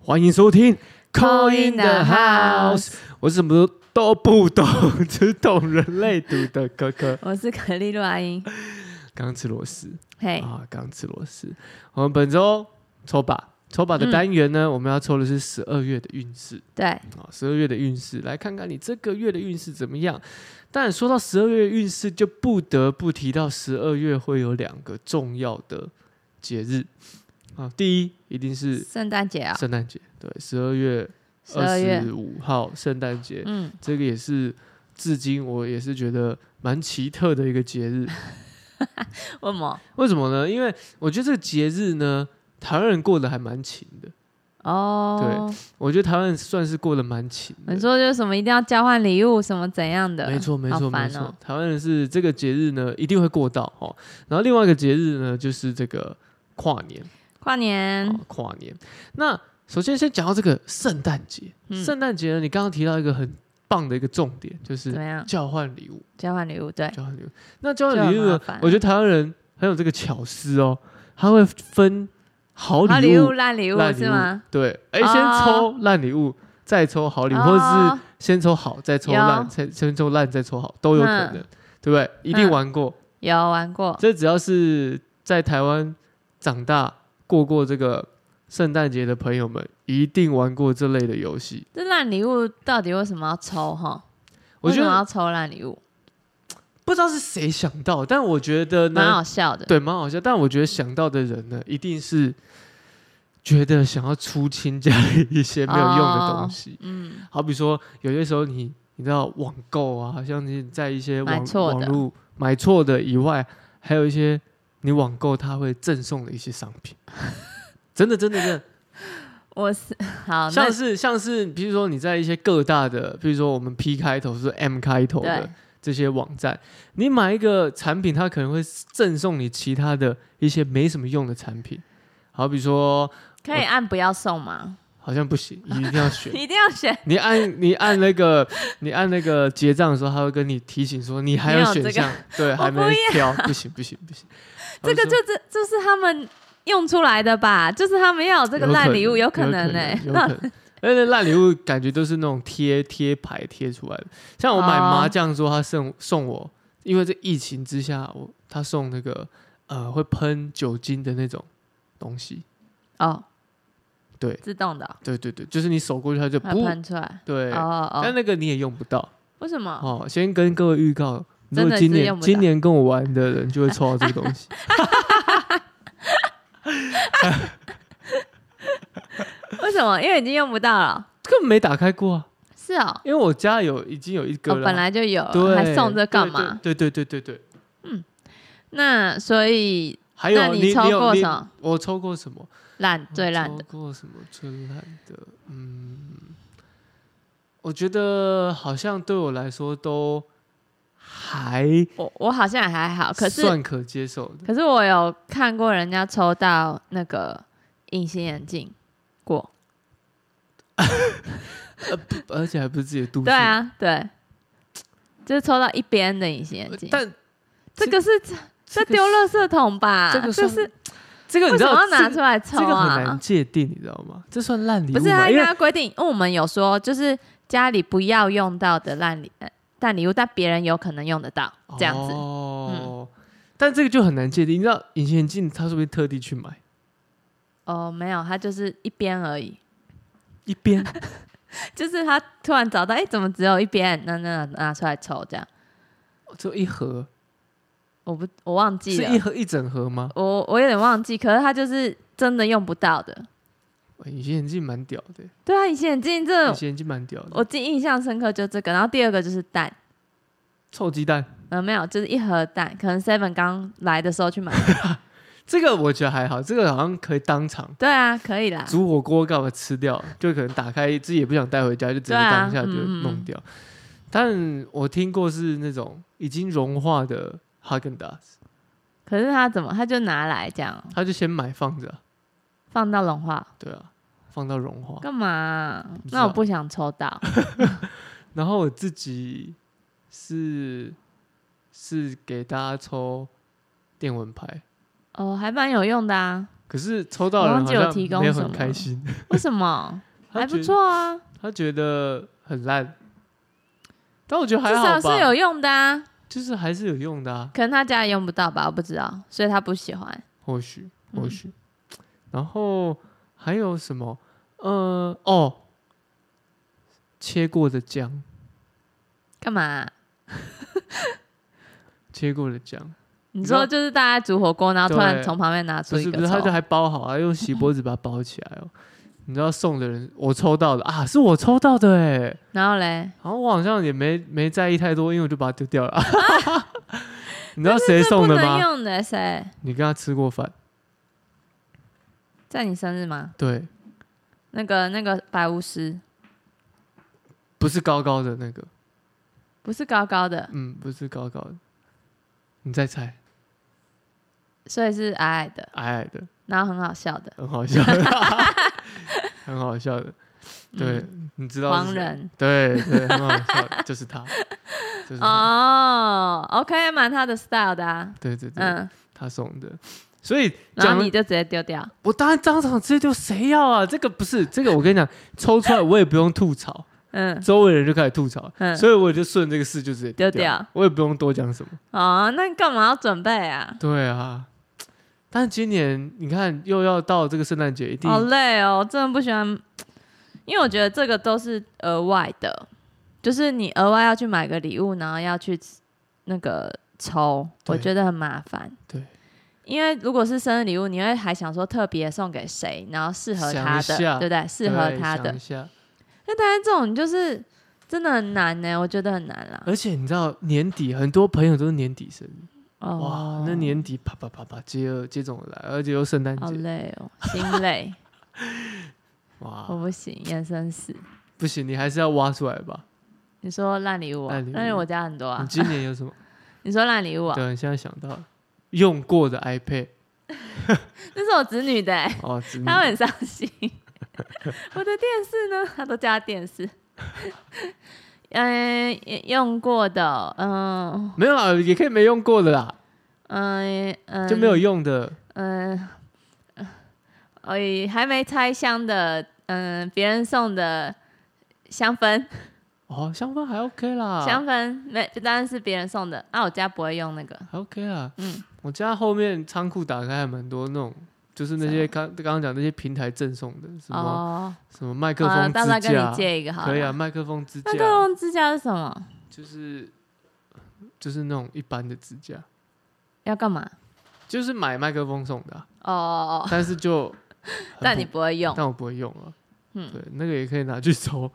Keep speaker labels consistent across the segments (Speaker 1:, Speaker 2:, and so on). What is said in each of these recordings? Speaker 1: 欢迎收听《
Speaker 2: Call in the House
Speaker 1: 我是什么都不懂，只懂人类读的哥 哥。
Speaker 2: 我是可丽露阿英。
Speaker 1: 刚吃螺丝
Speaker 2: 嘿、
Speaker 1: 啊，刚吃螺丝。我们本周抽把抽把的单元
Speaker 2: 嗯
Speaker 1: 呢，我们要抽的是十二月的运势
Speaker 2: 对，
Speaker 1: 啊，十二月的运势，来看看你这个月的运势怎么样。但说到十二月运势，就不得不提到十二月会有两个重要的节日啊，第一一定是
Speaker 2: 圣诞节啊，
Speaker 1: 圣诞节，对，十二月
Speaker 2: 十
Speaker 1: 二
Speaker 2: 二月，
Speaker 1: 十五号圣诞节，
Speaker 2: 嗯，
Speaker 1: 这个也是至今我也是觉得蛮奇特的一个节 日。
Speaker 2: 为什么？
Speaker 1: 为什么呢？因为我觉得这个节日呢，台湾人过得还蛮勤的。
Speaker 2: 哦，
Speaker 1: 我觉得台湾人算是过得蛮勤的。
Speaker 2: 你说就是什么一定要交换礼物，什么怎样的？
Speaker 1: 没错，没错，
Speaker 2: 好烦
Speaker 1: 没
Speaker 2: 哦
Speaker 1: 错。台湾人是这个节日呢，一定会过到哦。然后另外一个节日呢，就是这个跨年。
Speaker 2: 跨年，
Speaker 1: 哦，跨年。那首先先讲到这个圣诞节，
Speaker 2: 嗯
Speaker 1: 圣诞节呢，你刚刚提到一个很棒的一个重点，就
Speaker 2: 怎么
Speaker 1: 是
Speaker 2: 样？
Speaker 1: 交换礼物，
Speaker 2: 交换礼物，对，
Speaker 1: 交换礼物。那交换礼物
Speaker 2: 就很
Speaker 1: 呢
Speaker 2: 麻烦，
Speaker 1: 我觉得台湾人很有这个巧思哦，他会分好
Speaker 2: 好
Speaker 1: 礼
Speaker 2: 物、烂礼物
Speaker 1: 烂
Speaker 2: 是吗？
Speaker 1: 对，哎，
Speaker 2: 哦
Speaker 1: 先抽烂礼物。再抽好礼物，或者是
Speaker 2: 哦
Speaker 1: 先抽好，再抽烂，
Speaker 2: 有
Speaker 1: 再先抽烂，再抽好，都有可能，对不对？一定
Speaker 2: 嗯
Speaker 1: 玩过，
Speaker 2: 有玩过，
Speaker 1: 这只要是在台湾长大过过这个圣诞节的朋友们，一定玩过这类的游戏。
Speaker 2: 这烂礼物到底为什么要抽？哈，
Speaker 1: 我觉
Speaker 2: 为什么
Speaker 1: 得
Speaker 2: 要抽烂礼物，
Speaker 1: 不知道是谁想到，但我觉得
Speaker 2: 蛮
Speaker 1: 呢，
Speaker 2: 好笑的。
Speaker 1: 对，蛮好笑。但我觉得想到的人呢，一定是觉得想要出清家里一些没有用的东西，
Speaker 2: 嗯，
Speaker 1: 好比说有些时候你你知道网购啊，像你在一些
Speaker 2: 买
Speaker 1: 网
Speaker 2: 错
Speaker 1: 网
Speaker 2: 的
Speaker 1: 络买错的以外，还有一些你网购它会赠送的一些商品， 真的真的真的。
Speaker 2: 我是好，那
Speaker 1: 像是像是，比如说你在一些各大的，比如说我们 P 开头是 M 开头的
Speaker 2: 对
Speaker 1: 这些网站，你买一个产品，它可能会赠送你其他的一些没什么用的产品，好比说
Speaker 2: 可以按不要送吗？
Speaker 1: 好像不行，你一定要 选。
Speaker 2: 一定要选，
Speaker 1: 你按你按那个你按那个结账的时候，它会跟你提醒说你还
Speaker 2: 你有
Speaker 1: 选
Speaker 2: 这个
Speaker 1: 项， 对，还没
Speaker 2: 不
Speaker 1: 挑，不行不行不 行。
Speaker 2: 这个
Speaker 1: 好比说
Speaker 2: 就这这是他们用出来的吧？就是他们要有这个烂礼物，有
Speaker 1: 有
Speaker 2: 可能
Speaker 1: 呢、
Speaker 2: 哎、
Speaker 1: 有可
Speaker 2: 那
Speaker 1: 能。而且烂礼物感觉都是那种贴贴牌贴出来的，像我买
Speaker 2: 哦
Speaker 1: 麻将桌，他送送我，因为这疫情之下，我他送那个呃会喷酒精的那种东西，
Speaker 2: 哦，
Speaker 1: 对
Speaker 2: 自动的哦、
Speaker 1: 对对对，就是你手过去它就
Speaker 2: 它
Speaker 1: 呃不
Speaker 2: 喷出来。
Speaker 1: 对，
Speaker 2: 哦
Speaker 1: 但
Speaker 2: 哦，
Speaker 1: 那个你也用不到
Speaker 2: 为什么？
Speaker 1: 哦。先跟各位预告，如
Speaker 2: 真
Speaker 1: 果
Speaker 2: 的
Speaker 1: 今
Speaker 2: 是
Speaker 1: 年
Speaker 2: 用不
Speaker 1: 今
Speaker 2: 到
Speaker 1: 年跟我玩的人就会抽到这个东 西，
Speaker 2: 为什么？因为已经用不到了。
Speaker 1: 根本没打开过啊，
Speaker 2: 是哦，
Speaker 1: 因为我家有已经有一个
Speaker 2: 哦，
Speaker 1: 了啊，
Speaker 2: 本来就有了，
Speaker 1: 对
Speaker 2: 还送
Speaker 1: 对
Speaker 2: 这干
Speaker 1: 对
Speaker 2: 嘛？
Speaker 1: 对对对对对。
Speaker 2: 那所以
Speaker 1: 还有
Speaker 2: 那你
Speaker 1: 你
Speaker 2: 抽
Speaker 1: 有
Speaker 2: 过
Speaker 1: 你
Speaker 2: 什么
Speaker 1: 我抽过什么？
Speaker 2: 烂最烂
Speaker 1: 我
Speaker 2: 的
Speaker 1: 抽过什么最烂的？嗯，我觉得好像对我来说都还
Speaker 2: 我我好像也还好，哦可是
Speaker 1: 算可接受的。
Speaker 2: 可是我有看过人家抽到那个隐形眼镜过，
Speaker 1: 而且还不是自己的肚子。
Speaker 2: 对啊，对，就是抽到一边的隐形眼
Speaker 1: 呃，
Speaker 2: 镜。
Speaker 1: 但
Speaker 2: 这个是这
Speaker 1: 个
Speaker 2: 丢垃圾桶吧？
Speaker 1: 这个
Speaker 2: 就
Speaker 1: 算
Speaker 2: 是
Speaker 1: 这个你
Speaker 2: 为
Speaker 1: 知
Speaker 2: 什
Speaker 1: 道
Speaker 2: 么要拿
Speaker 1: 这
Speaker 2: 出来
Speaker 1: 这
Speaker 2: 抽
Speaker 1: 个很难
Speaker 2: 啊？
Speaker 1: 界定，你知道吗？这算烂礼物
Speaker 2: 不是
Speaker 1: 吗
Speaker 2: 他
Speaker 1: 因
Speaker 2: 应
Speaker 1: 为
Speaker 2: 该规定，因为我们有说就是家里不要用到的烂礼呃烂礼物，但别人有可能用得到，这样子。嗯
Speaker 1: 哦，但这个就很难界定。你知道隐形眼镜，他是不是特地去买
Speaker 2: 哦，没有，他就是一边而已，
Speaker 1: 一 边？
Speaker 2: 就是他突然找到，哎，怎么只有一边？那那拿出来抽这样，
Speaker 1: 就一盒，
Speaker 2: 我不我忘记
Speaker 1: 是一
Speaker 2: 了，
Speaker 1: 盒一整盒吗？
Speaker 2: 我我有点忘记，可是他就是真的用不到的。
Speaker 1: 隐形眼镜蛮屌的，
Speaker 2: 对啊，隐形眼镜这
Speaker 1: 隐形眼镜蛮屌的。
Speaker 2: 我记印象深刻就这个，然后第二个就是蛋。
Speaker 1: 臭鸡蛋，
Speaker 2: 呃，没有，就是一盒蛋，可能 Seven 刚来的时候去买。
Speaker 1: 这个我觉得还好，这个好像可以当场
Speaker 2: 对啊，可以啦。
Speaker 1: 煮火锅干嘛吃掉，就可能打开自己也不想带回家，就直接
Speaker 2: 对啊
Speaker 1: 当下就
Speaker 2: 嗯嗯嗯
Speaker 1: 弄掉。但我听过是那种已经融化的哈根达斯，
Speaker 2: 可是他怎么，他就拿来这样
Speaker 1: 他就先买放着，啊
Speaker 2: 放到融化，
Speaker 1: 对啊，放到融化。
Speaker 2: 干嘛啊、
Speaker 1: 不知道
Speaker 2: 那我不想抽到。
Speaker 1: 然后我自己是是给大家抽电蚊拍，
Speaker 2: 哦，还蛮有用的啊。
Speaker 1: 可是抽到的人
Speaker 2: 我
Speaker 1: 好
Speaker 2: 忘记有
Speaker 1: 像
Speaker 2: 提供
Speaker 1: 没有
Speaker 2: 什
Speaker 1: 很
Speaker 2: 么
Speaker 1: 开心，
Speaker 2: 为什么？
Speaker 1: 他
Speaker 2: 还不
Speaker 1: 觉得
Speaker 2: 错啊，
Speaker 1: 他觉得很烂，但我觉得还
Speaker 2: 至少
Speaker 1: 好吧，
Speaker 2: 是有用的啊。
Speaker 1: 就是还是有用的啊，
Speaker 2: 可能他家里用不到吧，我不知道，所以他不喜欢。
Speaker 1: 或许
Speaker 2: 嗯
Speaker 1: 或许。然后还有什么？呃，哦，切过的姜，
Speaker 2: 干嘛、
Speaker 1: 切过的姜，
Speaker 2: 你
Speaker 1: 知道
Speaker 2: 说就是大家煮火锅，然后突然
Speaker 1: 对
Speaker 2: 从旁边拿出
Speaker 1: 不
Speaker 2: 一
Speaker 1: 是
Speaker 2: 个
Speaker 1: 不是，他
Speaker 2: 抽
Speaker 1: 就还包好啊，用锡箔纸把它包起 来哦。你知道送的人，我抽到的啊，是我抽到的哎、
Speaker 2: 然后嘞，
Speaker 1: 然后我好像也没没在意太多，因为我就把它丢掉了。 你知道谁送的
Speaker 2: 这不能
Speaker 1: 吗？
Speaker 2: 用的谁？
Speaker 1: 你跟他吃过饭？
Speaker 2: 在你生日吗？
Speaker 1: 对，
Speaker 2: 那个那个白巫师
Speaker 1: 不是高高的那个，
Speaker 2: 不是高高的，
Speaker 1: 嗯，不是高高的。你再猜，
Speaker 2: 所以是矮矮的，
Speaker 1: 矮矮的，
Speaker 2: 然后很好笑的。
Speaker 1: 很好 笑的，很好笑的。对，
Speaker 2: 嗯
Speaker 1: 你知道是
Speaker 2: 黄
Speaker 1: 谁？
Speaker 2: 人
Speaker 1: 对对，很好笑的，就是 他，就是他。
Speaker 2: 哦，OK，蛮他的 style 的啊，
Speaker 1: 对对对，
Speaker 2: 嗯，
Speaker 1: 他送的。所以
Speaker 2: 然
Speaker 1: 讲
Speaker 2: 后你就直接丢掉，
Speaker 1: 我当然当场直接丢，谁要啊？这个不是这个，我跟你讲，抽出来我也不用吐槽，
Speaker 2: 嗯，
Speaker 1: 周围人就开始吐槽，
Speaker 2: 嗯
Speaker 1: 所以啊我就顺这个事就直接
Speaker 2: 丢
Speaker 1: 掉，
Speaker 2: 掉。
Speaker 1: 我也不用多讲什么。
Speaker 2: 哦，那你干嘛要准备啊？
Speaker 1: 对啊，但今年你看又要到这个圣诞节，一定
Speaker 2: 好累哦，我真的不喜欢，因为我觉得这个都是额外的，就是你额外要去买个礼物，然后要去那个抽，
Speaker 1: 对
Speaker 2: 我觉得很麻烦。
Speaker 1: 对，
Speaker 2: 因为如果是生日礼物，你会还想说特别送给谁，然后适合
Speaker 1: 想
Speaker 2: 他
Speaker 1: 一
Speaker 2: 的，
Speaker 1: 下
Speaker 2: 对不对？适合
Speaker 1: 对
Speaker 2: 他
Speaker 1: 想
Speaker 2: 的
Speaker 1: 一。下。
Speaker 2: 但这种就是真的很难呢，我觉得很难啦。
Speaker 1: 而且你知道年底很多朋友都是年底生日，
Speaker 2: 哦
Speaker 1: 哇，那年底啪啪啪啪接二接踵而来，而且又圣诞
Speaker 2: 好
Speaker 1: 节，
Speaker 2: 累哦，心 累，我
Speaker 1: 哇，
Speaker 2: 不行，眼神死。
Speaker 1: 不行，你还是要挖出来吧。
Speaker 2: 你说烂礼物啊
Speaker 1: 烂礼物？
Speaker 2: 但是我家很多
Speaker 1: 你
Speaker 2: 啊。
Speaker 1: 今年有什 么？
Speaker 2: 你说烂礼物啊？
Speaker 1: 对，你现在想到了用过的 iPad
Speaker 2: 那是我侄女的欸，
Speaker 1: 哦，子女
Speaker 2: 她会很伤 心。我的电视呢？她都叫她电视。 嗯，用过的，嗯
Speaker 1: 没有啦，也可以没用过的啦，
Speaker 2: 嗯嗯，
Speaker 1: 就没有用的。
Speaker 2: 嗯，呃哎，还没拆箱的，嗯，别人送的香氛，
Speaker 1: 哦，香氛还 OK 啦，
Speaker 2: 香氛没，当然是别人送的。啊，我家不会用那个，
Speaker 1: 还 OK 啦。
Speaker 2: 嗯，
Speaker 1: 我家后面仓库打开还蛮多那种，就是那些刚刚刚讲那些平台赠送的，什么、
Speaker 2: 哦，
Speaker 1: 什么麦克
Speaker 2: 好了，
Speaker 1: 风
Speaker 2: 到
Speaker 1: 支
Speaker 2: 时候跟
Speaker 1: 架
Speaker 2: 你，借一个好了。
Speaker 1: 可以啊，麦克风支
Speaker 2: 麦克
Speaker 1: 架
Speaker 2: 风支架是什么？
Speaker 1: 就是就是那种一般的支架，
Speaker 2: 要干嘛？
Speaker 1: 就是买麦克风送的啊、
Speaker 2: 哦哦哦，
Speaker 1: 但是就
Speaker 2: 但
Speaker 1: 很
Speaker 2: 你
Speaker 1: 不
Speaker 2: 不会用，
Speaker 1: 但我不会用啊。
Speaker 2: 嗯
Speaker 1: 对，那个也可以拿去抽，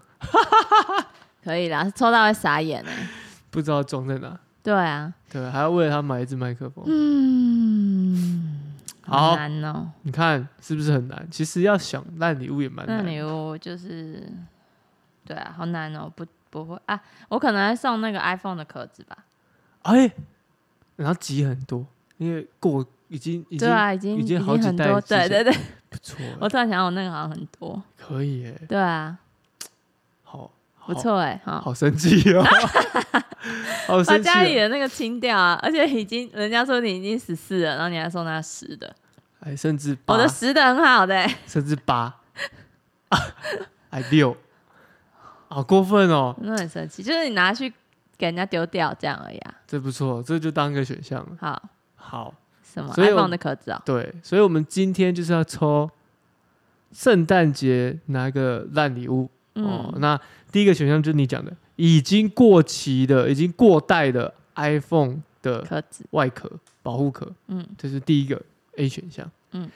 Speaker 2: 可以啦，抽到会傻眼哎、
Speaker 1: 不知道装在哪。
Speaker 2: 对啊，
Speaker 1: 对，还要为了他买一支麦克风。
Speaker 2: 嗯，
Speaker 1: 好
Speaker 2: 好难哦、
Speaker 1: 你看是不是很难？其实要想烂礼物也蛮
Speaker 2: 那
Speaker 1: 难的。
Speaker 2: 礼物就是，对啊，好难哦、不不会啊，我可能还送那个 iPhone 的壳子吧。
Speaker 1: 哎、然后集很多，因为过已经已经
Speaker 2: 对啊，已经
Speaker 1: 已经好几
Speaker 2: 很
Speaker 1: 代
Speaker 2: 多，
Speaker 1: 之前
Speaker 2: 对对对，
Speaker 1: 不错了，
Speaker 2: 我突然想到我那个好像很多，
Speaker 1: 可以耶，
Speaker 2: 对啊，
Speaker 1: 好
Speaker 2: 不，错哎、
Speaker 1: 好
Speaker 2: 哈。
Speaker 1: 好生气 哦，好
Speaker 2: 把
Speaker 1: 生气
Speaker 2: 家里
Speaker 1: 哦、
Speaker 2: 的那个清掉啊，而且已经人家说你已经十四了，然后你还送他十的，
Speaker 1: 哎，甚至八
Speaker 2: 我的十的很好的、欸，
Speaker 1: 甚至八， 哎六，好过分哦，
Speaker 2: 那很神奇，就是你拿去给人家丢掉这样而已啊。
Speaker 1: 这不错，这就当个选项了。
Speaker 2: 好，
Speaker 1: 好，
Speaker 2: 什么
Speaker 1: 所以我
Speaker 2: iPhone 的壳子哦，
Speaker 1: 对，所以我们今天就是要抽圣诞节拿一个烂礼物。哦，
Speaker 2: 嗯，
Speaker 1: 那第一个选项就是你讲的，已经过期的、已经过代的 iPhone 的
Speaker 2: 壳子，
Speaker 1: 外壳保护壳，
Speaker 2: 嗯
Speaker 1: 这是第一个 A 选项。
Speaker 2: 嗯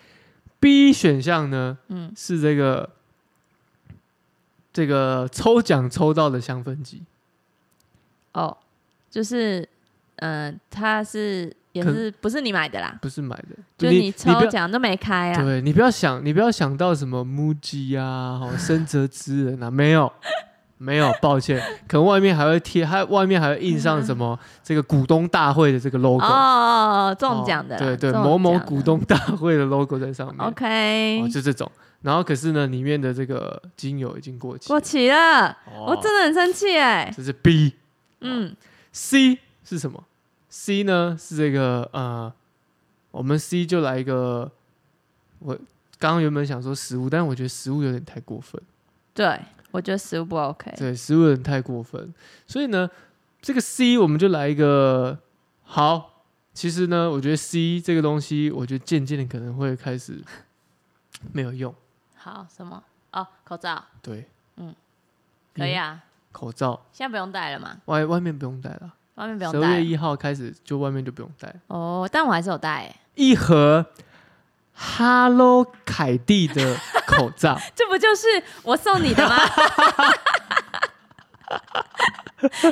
Speaker 1: ，B 选项呢
Speaker 2: 嗯，
Speaker 1: 是这个这个抽奖抽到的香氛机，
Speaker 2: 哦，就是，嗯、它是也
Speaker 1: 可
Speaker 2: 是不是你买的啦，
Speaker 1: 不是买的，
Speaker 2: 就是你
Speaker 1: 不
Speaker 2: 抽
Speaker 1: 要
Speaker 2: 奖都没开啊，
Speaker 1: 对你不要想，你不要想到什么 MUJI 啊、 好深泽之人啊，没有，没有，抱 歉，可能外面还会贴，还外面还会印上什么这个股东大会的这个 logo，、
Speaker 2: 嗯哦，中奖的啦、
Speaker 1: 对对，
Speaker 2: 中
Speaker 1: 某某
Speaker 2: 奖的
Speaker 1: 股东大会的 logo 在上面，
Speaker 2: ，OK，、
Speaker 1: 哦，就这种。然后可是呢，里面的这个精油已经过期了，
Speaker 2: 过期了，
Speaker 1: 哦
Speaker 2: 我真的很生气哎、
Speaker 1: 这是 B
Speaker 2: 嗯，
Speaker 1: C 是什么？C 呢是这个呃，我们 C 就来一个，我刚刚原本想说食物，但是我觉得食物有点太过分，
Speaker 2: 对，我觉得食物不 OK。
Speaker 1: 对，食物有点太过分，所以呢，这个 C 我们就来一个好。其实呢，我觉得 C 这个东西，我觉得渐渐的可能会开始没有用。
Speaker 2: 好，什么？哦，口罩
Speaker 1: 对，
Speaker 2: 嗯，可以啊，
Speaker 1: 口罩
Speaker 2: 现在不用戴了嘛，
Speaker 1: 外外面不用戴了，
Speaker 2: 外面不
Speaker 1: 十二
Speaker 2: 用戴
Speaker 1: 月
Speaker 2: 了。
Speaker 1: 一号开始就外面就不用戴。
Speaker 2: 哦，但我还是有戴、欸，
Speaker 1: 一盒 Hello 凯蒂的口罩，
Speaker 2: 这不就是我送你的吗？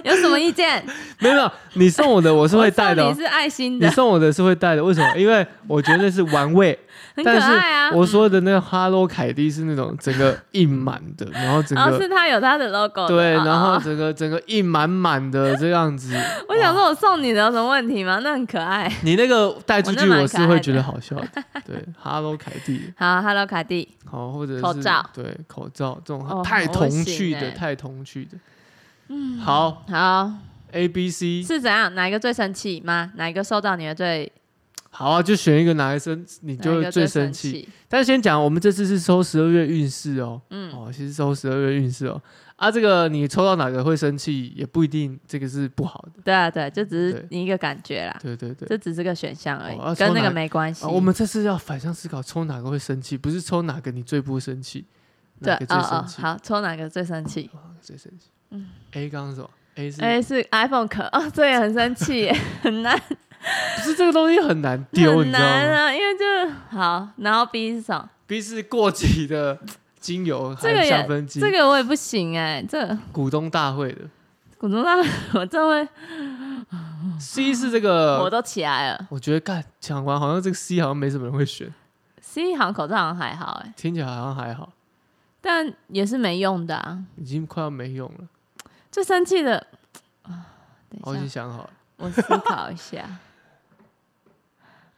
Speaker 2: 有什么意见？
Speaker 1: 没有，没有，你送我的我是
Speaker 2: 我
Speaker 1: 会戴的、
Speaker 2: 送
Speaker 1: 哦
Speaker 2: 你。是爱心
Speaker 1: 你
Speaker 2: 的，
Speaker 1: 送我的是会戴的，为什么？因为我觉得那是玩味，
Speaker 2: 很可
Speaker 1: 但
Speaker 2: 爱啊。
Speaker 1: 是我说的那个 Hello 凯蒂是那种整个印满的，然后整
Speaker 2: 然后
Speaker 1: 个、
Speaker 2: 哦是它有它的 logo 的。
Speaker 1: 对，
Speaker 2: 哦
Speaker 1: 然后
Speaker 2: 哦。
Speaker 1: 整个整个印满满的这样子
Speaker 2: 我想
Speaker 1: 哇，
Speaker 2: 说，我送你的有什么问题吗？那很可爱。
Speaker 1: 你那个带出
Speaker 2: 我
Speaker 1: 去
Speaker 2: 那蛮
Speaker 1: 我是
Speaker 2: 可爱
Speaker 1: 会
Speaker 2: 的
Speaker 1: 觉得好笑的。对，Hello 凯蒂，
Speaker 2: 好，Hello 卡蒂，
Speaker 1: 好，或者是
Speaker 2: 口罩
Speaker 1: 对口罩这种
Speaker 2: 哦
Speaker 1: 太
Speaker 2: 很恶
Speaker 1: 童
Speaker 2: 心
Speaker 1: 趣的，
Speaker 2: 欸
Speaker 1: 太童趣的。嗯，好
Speaker 2: 好，
Speaker 1: ，A B C，
Speaker 2: 是怎样？哪一个最生气吗？哪一个受到你的最
Speaker 1: 好啊，就选一个哪一生你
Speaker 2: 哪
Speaker 1: 就
Speaker 2: 一
Speaker 1: 会
Speaker 2: 个
Speaker 1: 最
Speaker 2: 最
Speaker 1: 生
Speaker 2: 生
Speaker 1: 气。？但是先讲，我们这次是抽十二月运势哦，嗯，哦，其实抽十二月运势哦，啊，这个你抽到哪个会生气，也不一定，这个是不好的，
Speaker 2: 对啊，对，就只
Speaker 1: 对
Speaker 2: 是你一个感觉啦，
Speaker 1: 对对对。
Speaker 2: 啊这只是个选项而已，
Speaker 1: 哦啊
Speaker 2: 跟
Speaker 1: 抽
Speaker 2: 那
Speaker 1: 哪
Speaker 2: 个没关系。
Speaker 1: 啊，我们这次要反向思考，抽哪个会生气，不是抽哪个你最不会生气，
Speaker 2: 对
Speaker 1: 哪个
Speaker 2: 哦
Speaker 1: 最生
Speaker 2: 哦，
Speaker 1: 气，
Speaker 2: 好，嗯抽哪个最生气？
Speaker 1: 哪个最生气。a 刚刚是什么？A 是
Speaker 2: 哎，是 iPhone 壳哦，这也很生气耶， 很难
Speaker 1: 不是这个东西很难丢，你知
Speaker 2: 很
Speaker 1: 道
Speaker 2: 难
Speaker 1: 吗
Speaker 2: 啊，因为就好。然后 B 是什么？
Speaker 1: ？B 是过期的精油，还
Speaker 2: 这个
Speaker 1: 有
Speaker 2: 也
Speaker 1: 香氛机，
Speaker 2: 这个我也不行哎，这
Speaker 1: 股东大会的。
Speaker 2: 股东大会 我这会嗯
Speaker 1: C 是这个，
Speaker 2: 我都起来了。
Speaker 1: 我觉得干讲完好像这个 C 好像没什么人会选，
Speaker 2: C 行口罩好像还好哎，
Speaker 1: 听起来好像还好，
Speaker 2: 但也是没用的啊。
Speaker 1: 已经快要没用了。
Speaker 2: 最生气的，啊
Speaker 1: 我已
Speaker 2: 等
Speaker 1: 经
Speaker 2: 一下，
Speaker 1: 想好了。
Speaker 2: 我思考一下。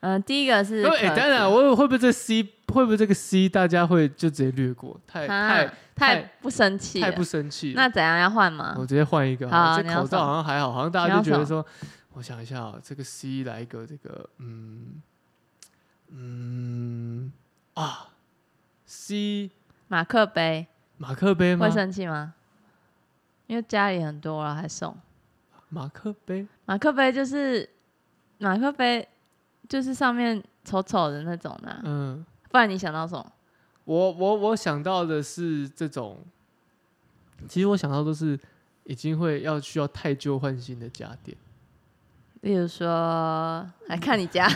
Speaker 2: 嗯、第一个是
Speaker 1: 因
Speaker 2: 可
Speaker 1: 为
Speaker 2: 可，
Speaker 1: 哎，当然，我会不会这 C 会不会这个 C 大家会就直接略过，太
Speaker 2: 啊
Speaker 1: 太
Speaker 2: 太
Speaker 1: 太
Speaker 2: 不生气了
Speaker 1: 太不生气了。
Speaker 2: 那怎样要换吗？
Speaker 1: 我直接换一个好
Speaker 2: 好
Speaker 1: 了，
Speaker 2: 啊
Speaker 1: 这
Speaker 2: 你要
Speaker 1: 口罩
Speaker 2: 什么
Speaker 1: 好像还好，好像大家就
Speaker 2: 你
Speaker 1: 觉
Speaker 2: 要
Speaker 1: 得
Speaker 2: 什
Speaker 1: 说，我想一下哦，这个 C 来一个这个，嗯嗯啊，C
Speaker 2: 马克杯
Speaker 1: 马克杯吗
Speaker 2: 会？生气吗？因为家里很多了，还送
Speaker 1: 马克杯
Speaker 2: 马克杯，就是马克杯，就是上面丑丑的那种的啊、
Speaker 1: 嗯，
Speaker 2: 不然你想到什么？
Speaker 1: 我我我想到的是这种，其实我想到都是已经会要需要太旧换新的家电。
Speaker 2: 例如说，来看 你家，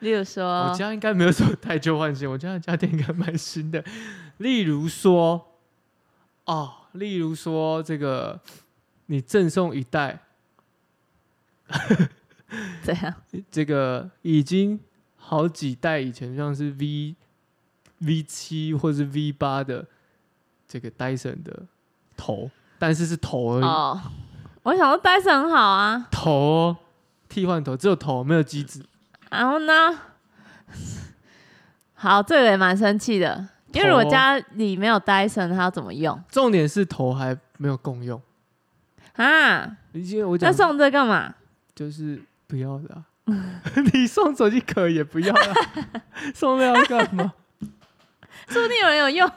Speaker 2: 例如
Speaker 1: 我
Speaker 2: 说，
Speaker 1: 家应该没有什么太旧换新，我家的家电应该蛮新的。例如说，哦，例如说这个，你赠送一袋
Speaker 2: 怎样？
Speaker 1: 这个已经好几代以前，像是 V V 七或是 V 八的这个 Dyson 的头，但是是头而已，
Speaker 2: 哦，我想说戴森很好啊，
Speaker 1: 头哦替换头，只有头没有机子。
Speaker 2: 然后呢，好，这个也蛮生气的，因为我
Speaker 1: 头
Speaker 2: 家里没有 Dyson，它要怎么用
Speaker 1: 重点是头还没有共用，
Speaker 2: 啊？
Speaker 1: 因为我
Speaker 2: 那
Speaker 1: 讲
Speaker 2: 送这干嘛？
Speaker 1: 就是不要的啊、 你送手机壳也不要了、 送那要干嘛？
Speaker 2: 说不定有人有用。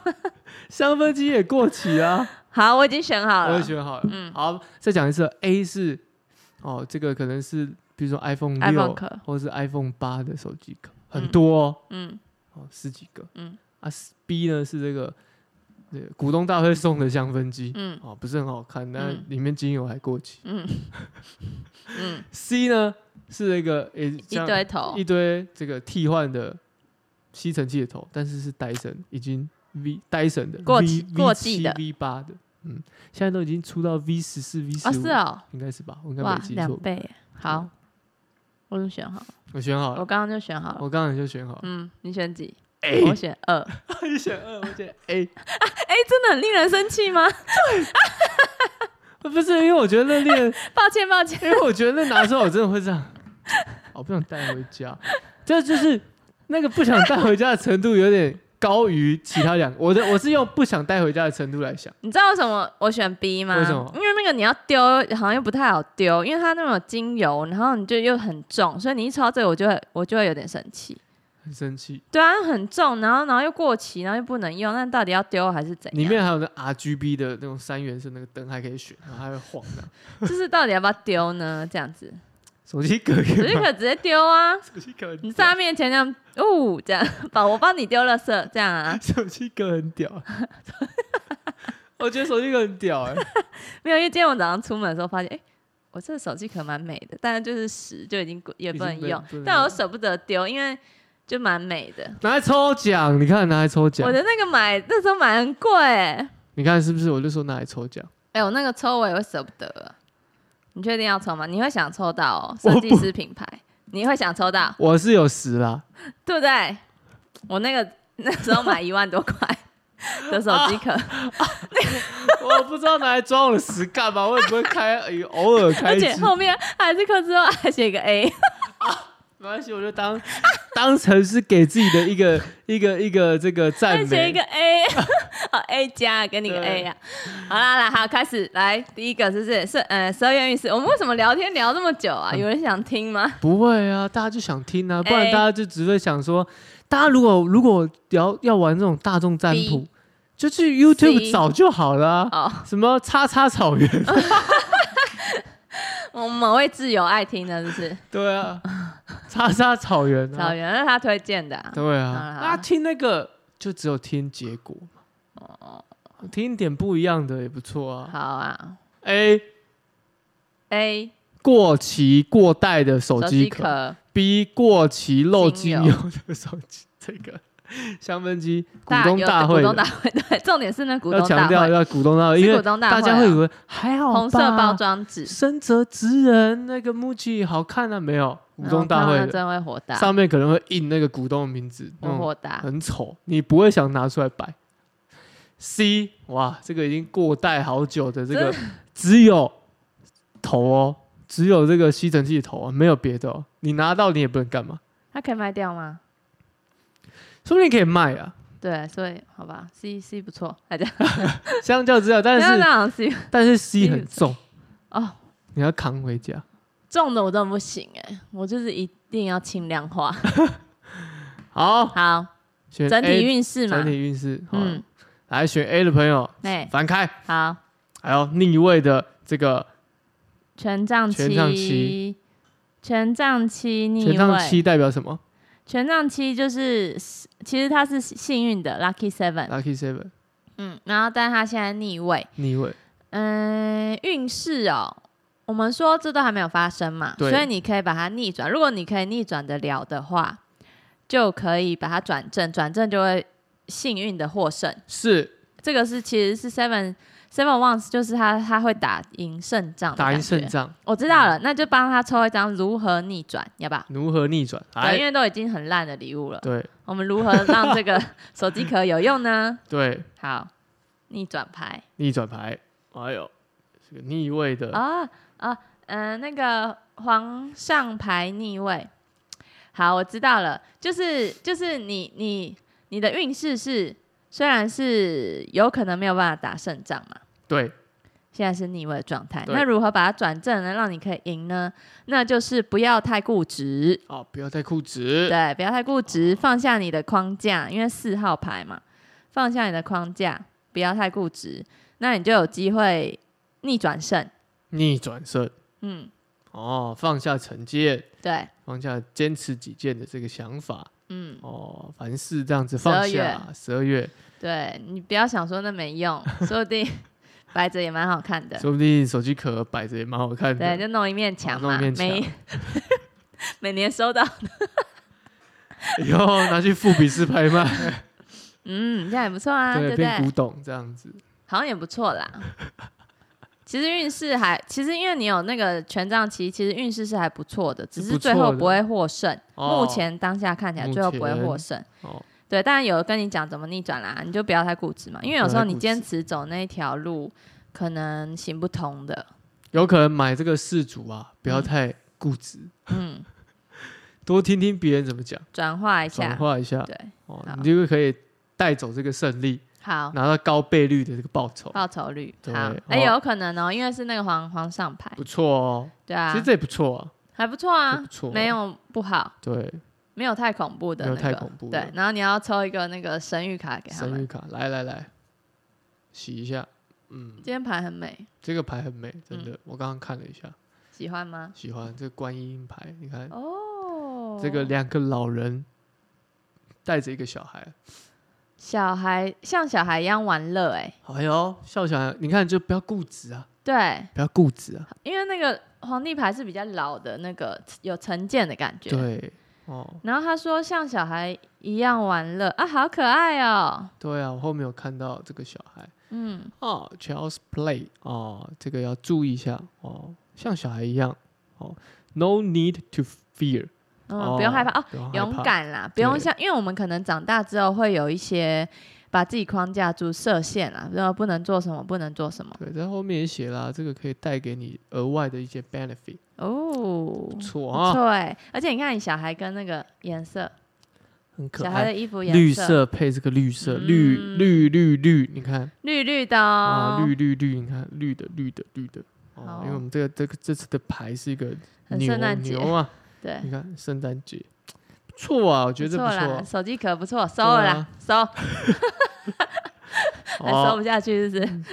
Speaker 1: 香氛机也过期啊，
Speaker 2: 好，我已经选好
Speaker 1: 我
Speaker 2: 了嗯
Speaker 1: 也选好了。好，再讲一次，A 是哦，这个可能是比如说 iPhone
Speaker 2: ，iPhone
Speaker 1: 六
Speaker 2: 壳，
Speaker 1: 或是 iPhone 八的手机壳，很
Speaker 2: 嗯
Speaker 1: 多哦，
Speaker 2: 嗯，
Speaker 1: 哦十几个。
Speaker 2: 嗯
Speaker 1: 啊，B 呢是这个这个股东大会送的香氛机，
Speaker 2: 嗯
Speaker 1: 哦不是很好看，但
Speaker 2: 嗯
Speaker 1: 里面精油还过期。
Speaker 2: 嗯嗯，
Speaker 1: C 呢是那个诶
Speaker 2: 一
Speaker 1: 像
Speaker 2: 堆哦头
Speaker 1: 一，堆这个替换的吸尘器的头，但是是戴森已经 V 戴森的
Speaker 2: 过
Speaker 1: V
Speaker 2: 期
Speaker 1: V
Speaker 2: 过
Speaker 1: 七
Speaker 2: 季的
Speaker 1: V 八的，嗯，现在都已经出到 V 十四 V 十
Speaker 2: 哦，是
Speaker 1: 五，
Speaker 2: 哦，
Speaker 1: 应该是吧？我应该
Speaker 2: 哇
Speaker 1: 没，记
Speaker 2: 两
Speaker 1: 错。
Speaker 2: 倍，好，我已经选好了，
Speaker 1: 我选好哦
Speaker 2: 我
Speaker 1: 了，
Speaker 2: 刚刚就选好了。
Speaker 1: 我刚才就选好了，
Speaker 2: 嗯，你选几？
Speaker 1: A
Speaker 2: 我选 二。
Speaker 1: 你选二，我选 A，
Speaker 2: 哎，真的很令人生气吗？
Speaker 1: 哎不是因为我觉得那练，
Speaker 2: 抱歉，抱歉。
Speaker 1: 因为我觉得那拿出来我真的会这样，我不想带回家，这就是那个不想带回家的程度有点高于其他两个，我的我是用不想带回家的程度来想。
Speaker 2: 你知道为什么我选 B 吗？
Speaker 1: 为什么
Speaker 2: 因为那个你要丢，好像又不太好丢，因为它那种精油，然后你就又很重，所以你一抽到这个，我就会我就会有点生气。
Speaker 1: 很生气。
Speaker 2: 对啊，很重，然后然后又过期，然后又不能用，那到底要丢还是怎
Speaker 1: 里
Speaker 2: 样？
Speaker 1: 面还有那 RGB 的那种三原色那个灯还可以选，然后还会晃的。
Speaker 2: 就是到底要不要丢呢？这样 子，
Speaker 1: 手机壳
Speaker 2: 我
Speaker 1: 也
Speaker 2: 就
Speaker 1: 买，
Speaker 2: 可以直接丢啊！
Speaker 1: 手机壳很
Speaker 2: 你
Speaker 1: 屌，
Speaker 2: 在他面前这样，哦，这样， 把我帮你丢垃圾，这样 啊，
Speaker 1: 手机壳很屌。我觉得手机壳很屌哎、
Speaker 2: 没有，因为今天我早上出门的时候发现，哎、我这个手机壳蛮美的，但是就是屎就已经也不能
Speaker 1: 已经不能
Speaker 2: 用
Speaker 1: 不能，
Speaker 2: 但我
Speaker 1: 用
Speaker 2: 舍不得丢，因为就蛮美的。
Speaker 1: 拿来抽奖，你看拿来抽奖
Speaker 2: 我，的那个买那时候买很贵、欸，
Speaker 1: 你看是不是？我就说拿来抽奖，
Speaker 2: 哎、我那个抽我也会舍不得啊。你确定要抽吗？你会想抽到哦，
Speaker 1: 我
Speaker 2: 设计
Speaker 1: 不
Speaker 2: 师品牌，你会想抽 到，
Speaker 1: 我是有十啦，
Speaker 2: 对不对？我那个 那时候买一万多块的手机 壳，
Speaker 1: 我不知道拿来装我的十干嘛，我也不会开，偶尔开
Speaker 2: 而
Speaker 1: 一
Speaker 2: 且
Speaker 1: 支。
Speaker 2: 后面还是刻之后还写一个 A，
Speaker 1: 没关系，我就当 当成是给自己的一个一个一个这个赞
Speaker 2: 还写
Speaker 1: 美
Speaker 2: 一个。A，好 A 加，给你个 A 啊。好啦，来好开始来，第一个是不是是呃十二月运势？我们为什么聊天聊这么久啊？
Speaker 1: 嗯
Speaker 2: 有人想听吗？
Speaker 1: 不会啊，大家就想听啊，不然
Speaker 2: 哎
Speaker 1: 大家就只会想说，大家如果如果要要玩这种大众占卜
Speaker 2: B，
Speaker 1: 就去 YouTube
Speaker 2: C
Speaker 1: 找就好了啊、
Speaker 2: 哦，
Speaker 1: 什么叉叉草原？
Speaker 2: 我们某位挚友爱听的，是不是？
Speaker 1: 对啊，叉叉草原、啊，
Speaker 2: 草原那是他推荐的、啊。
Speaker 1: 对
Speaker 2: 好啦
Speaker 1: 啊
Speaker 2: 好，啦
Speaker 1: 那听那个就只有听结果
Speaker 2: 哦
Speaker 1: 嘛，听一点不一样的也不错啊。哎
Speaker 2: 好啊
Speaker 1: A
Speaker 2: ，A
Speaker 1: 过期过代的手机壳
Speaker 2: 壳，
Speaker 1: B 过期漏精
Speaker 2: 精
Speaker 1: 油的手机，这个 香氛机股东
Speaker 2: 有
Speaker 1: 大
Speaker 2: 股
Speaker 1: 会
Speaker 2: 东大
Speaker 1: 的
Speaker 2: 会，对，重点是那股
Speaker 1: 要
Speaker 2: 东大
Speaker 1: 强调
Speaker 2: 会，
Speaker 1: 要股东大会，因
Speaker 2: 是
Speaker 1: 为
Speaker 2: 股东大会、
Speaker 1: 大
Speaker 2: 啊，
Speaker 1: 家会以为还好吧
Speaker 2: 红色包，装纸，
Speaker 1: 深泽直人那个木器好看啊，没有股东大
Speaker 2: 然
Speaker 1: 会
Speaker 2: 后他们
Speaker 1: 的
Speaker 2: 真会火大，
Speaker 1: 上嗯面可能会印那个股东的名字，那
Speaker 2: 我
Speaker 1: 种
Speaker 2: 火大。
Speaker 1: 很丑，你不会想拿出来摆。C 哇，这个已经过代好久的这个 只有头哦，只有这个吸尘器的头啊，没有别的哦，你拿到你也不能干嘛。
Speaker 2: 它可以卖掉吗？
Speaker 1: 说不定可以卖啊，
Speaker 2: 对，所以好吧，C C 不错，大家
Speaker 1: 相较之下，但
Speaker 2: 不要
Speaker 1: 是
Speaker 2: 这样 C
Speaker 1: 但是 C 很重，
Speaker 2: 哦，
Speaker 1: 你要扛回家。
Speaker 2: 重的我真的不行哎、我就是一定要轻量化。
Speaker 1: 好，
Speaker 2: 好，
Speaker 1: 选 A，
Speaker 2: 整体运势嘛
Speaker 1: 整，体运势，嗯
Speaker 2: 嗯，，
Speaker 1: 来选 A 的朋友
Speaker 2: 哎，
Speaker 1: 翻开，
Speaker 2: 好，
Speaker 1: 还有逆位的这个
Speaker 2: 权杖
Speaker 1: 权杖七
Speaker 2: 七，权杖七逆位，
Speaker 1: 权杖七代表什么
Speaker 2: 权杖七就是，其实它是幸运的 lucky seven，
Speaker 1: ？Lucky Seven
Speaker 2: 嗯，然后但它现在逆位，
Speaker 1: 逆位，
Speaker 2: 嗯，运势哦，我们说这都还没有发生嘛，
Speaker 1: 对
Speaker 2: 所以你可以把它逆转，如果你可以逆转得了的话，就可以把它转正，转正就会幸运的获胜，
Speaker 1: 是
Speaker 2: 这个是其实是 seven。Seven Ones 就是他，他会打赢胜仗的
Speaker 1: 打赢
Speaker 2: 感觉
Speaker 1: 胜仗，
Speaker 2: 我知道了，那就帮他抽一张如何逆转，要不要？
Speaker 1: 如何逆转？
Speaker 2: 对，因
Speaker 1: 来，
Speaker 2: 为都已经很烂的礼物了，
Speaker 1: 对
Speaker 2: 我们如何让 这个手机壳有用呢？
Speaker 1: 对，
Speaker 2: 好，逆转牌
Speaker 1: 逆转牌，哎呦，是个逆位的，
Speaker 2: 啊啊，嗯，那个皇上牌逆位。好，我知道了，就是就是你你你的运势是虽然是有可能没有办法打胜仗嘛，
Speaker 1: 对，
Speaker 2: 现在是逆位的状态，
Speaker 1: 对
Speaker 2: 那如何把它转正呢，让你可以赢呢？那就是不要太固执，
Speaker 1: 哦，不要再固执，
Speaker 2: 对，不要太固执，
Speaker 1: 哦
Speaker 2: 放下你的框架，因为四号牌嘛，放下你的框架，不要太固执，那你就有机会逆转胜。
Speaker 1: 逆转胜，
Speaker 2: 嗯，
Speaker 1: 哦，放下成见。
Speaker 2: 对，
Speaker 1: 放下坚持己见的这个想法
Speaker 2: 嗯，
Speaker 1: 哦，凡事这样子放下。
Speaker 2: 12月
Speaker 1: 十二月，
Speaker 2: 对你不要想说那没 用，说不定摆着也蛮好看的。
Speaker 1: 说不定手机壳摆着也蛮好看
Speaker 2: 对，
Speaker 1: 的。哦
Speaker 2: 就弄一面墙
Speaker 1: 弄
Speaker 2: 嘛
Speaker 1: 一，面墙
Speaker 2: 每 每年收到，
Speaker 1: 以后拿去富比士拍卖，
Speaker 2: 嗯，这样也不错 啊，对
Speaker 1: 对，
Speaker 2: 不
Speaker 1: 变
Speaker 2: 对
Speaker 1: 古？董这样子。
Speaker 2: 好像也不错啦。 其实运势还，其实因为你有那个权杖七，其实运势是还不错的，只
Speaker 1: 是
Speaker 2: 是
Speaker 1: 不
Speaker 2: 最
Speaker 1: 错
Speaker 2: 后
Speaker 1: 的
Speaker 2: 不会获胜。
Speaker 1: 哦
Speaker 2: 目前当下看起来
Speaker 1: 目
Speaker 2: 最后不会
Speaker 1: 前
Speaker 2: 获胜。
Speaker 1: 哦，
Speaker 2: 对，当然有跟你讲怎么逆转啦，你就不要太固执嘛，因为有时候
Speaker 1: 不要太
Speaker 2: 你
Speaker 1: 固执
Speaker 2: 坚持走那一条路，可能行不通的。
Speaker 1: 有可能买这个事主啊，不要太固执，
Speaker 2: 嗯，
Speaker 1: 多听听别人怎么讲，
Speaker 2: 转化一
Speaker 1: 转
Speaker 2: 下，
Speaker 1: 化一下
Speaker 2: 对，
Speaker 1: 哦
Speaker 2: 好，
Speaker 1: 你就可以带走这个胜利，
Speaker 2: 好，
Speaker 1: 拿到高倍率的这个报酬，
Speaker 2: 报酬率
Speaker 1: 对
Speaker 2: 好
Speaker 1: 哦，
Speaker 2: 哎，有可能哦，因为是那个皇皇上牌，
Speaker 1: 不错哦。
Speaker 2: 对
Speaker 1: 其
Speaker 2: 啊
Speaker 1: 实，这也不错啊，
Speaker 2: 还不错
Speaker 1: 这
Speaker 2: 啊
Speaker 1: 不，错，
Speaker 2: 没有不好，
Speaker 1: 对，
Speaker 2: 没有太恐怖的、
Speaker 1: 没有
Speaker 2: 那个，
Speaker 1: 太恐怖的
Speaker 2: 对，然后你要抽一个那个神谕卡给他
Speaker 1: 生
Speaker 2: 们。
Speaker 1: 日卡，来来来，洗一下。嗯，
Speaker 2: 今天牌很美，
Speaker 1: 这个牌很美，真
Speaker 2: 嗯
Speaker 1: 的，我刚刚看了一下，
Speaker 2: 喜欢吗？
Speaker 1: 喜欢这个观音牌。你看，
Speaker 2: 哦，
Speaker 1: 这个两个老人带着一个小孩，
Speaker 2: 小孩像小孩一样玩乐，哎，
Speaker 1: 哎呦，笑小孩，你看就不要固执啊，
Speaker 2: 对，
Speaker 1: 不要固执啊，
Speaker 2: 因为那个皇帝牌是比较老的那个有成见的感觉。。
Speaker 1: 对，哦，
Speaker 2: 然后他说像小孩一样玩乐啊，好可爱哦。
Speaker 1: 对啊，我后面有看到这个小孩
Speaker 2: 嗯，
Speaker 1: 哦，Child's Play 哦，这个要注意一下哦，像小孩一样哦，No need to fear，
Speaker 2: 嗯，
Speaker 1: 哦
Speaker 2: 不用害怕哦，
Speaker 1: 不用害
Speaker 2: 勇
Speaker 1: 怕，
Speaker 2: 敢啦，不用
Speaker 1: 对
Speaker 2: 像，因为我们可能长大之后会有一些把自己框架住、设限啦，然后不能做什么，不能做什么。
Speaker 1: 对，在后面也写啦，这个可以带给你额外的一些 benefit，
Speaker 2: 哦，
Speaker 1: 不错
Speaker 2: 嗯不
Speaker 1: 啊，
Speaker 2: 错哎，而且你看你小孩跟那个颜色，
Speaker 1: 很可
Speaker 2: 小孩
Speaker 1: 爱
Speaker 2: 的。衣服颜
Speaker 1: 绿色配这个绿色，绿
Speaker 2: 嗯
Speaker 1: 绿绿绿，你看，
Speaker 2: 绿绿的
Speaker 1: 啊，
Speaker 2: 哦，
Speaker 1: 绿绿绿，你看绿的绿的绿的。哦，因为
Speaker 2: 好
Speaker 1: 我们这个这个这次的牌是一个
Speaker 2: 很
Speaker 1: 牛
Speaker 2: 圣诞节
Speaker 1: 牛啊，
Speaker 2: 对，
Speaker 1: 你看圣诞节不错啊，我觉得
Speaker 2: 不
Speaker 1: 这
Speaker 2: 错啦，
Speaker 1: 错啊
Speaker 2: 手机壳不错，收了啦，收，还收
Speaker 1: 哦
Speaker 2: 不下去是不是？